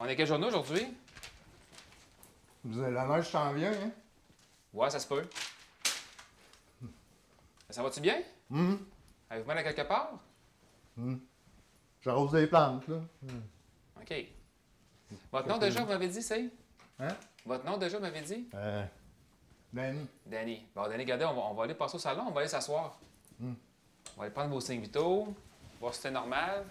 On est quel journée aujourd'hui? Vous avez- La neige s'en vient, hein? Ouais, ça se peut. Ça va-tu bien? Hum, Avez-vous mal à quelque part? J'arrose des plantes, là. OK. Votre nom déjà, vous m'avez dit, c'est? Hein? Votre nom déjà, vous m'avez dit? Euh. Danny. Danny. Bon, Danny, regardez, on va, on va aller passer au salon, on va aller s'asseoir. On va aller prendre vos signes vitaux, voir si c'est normal.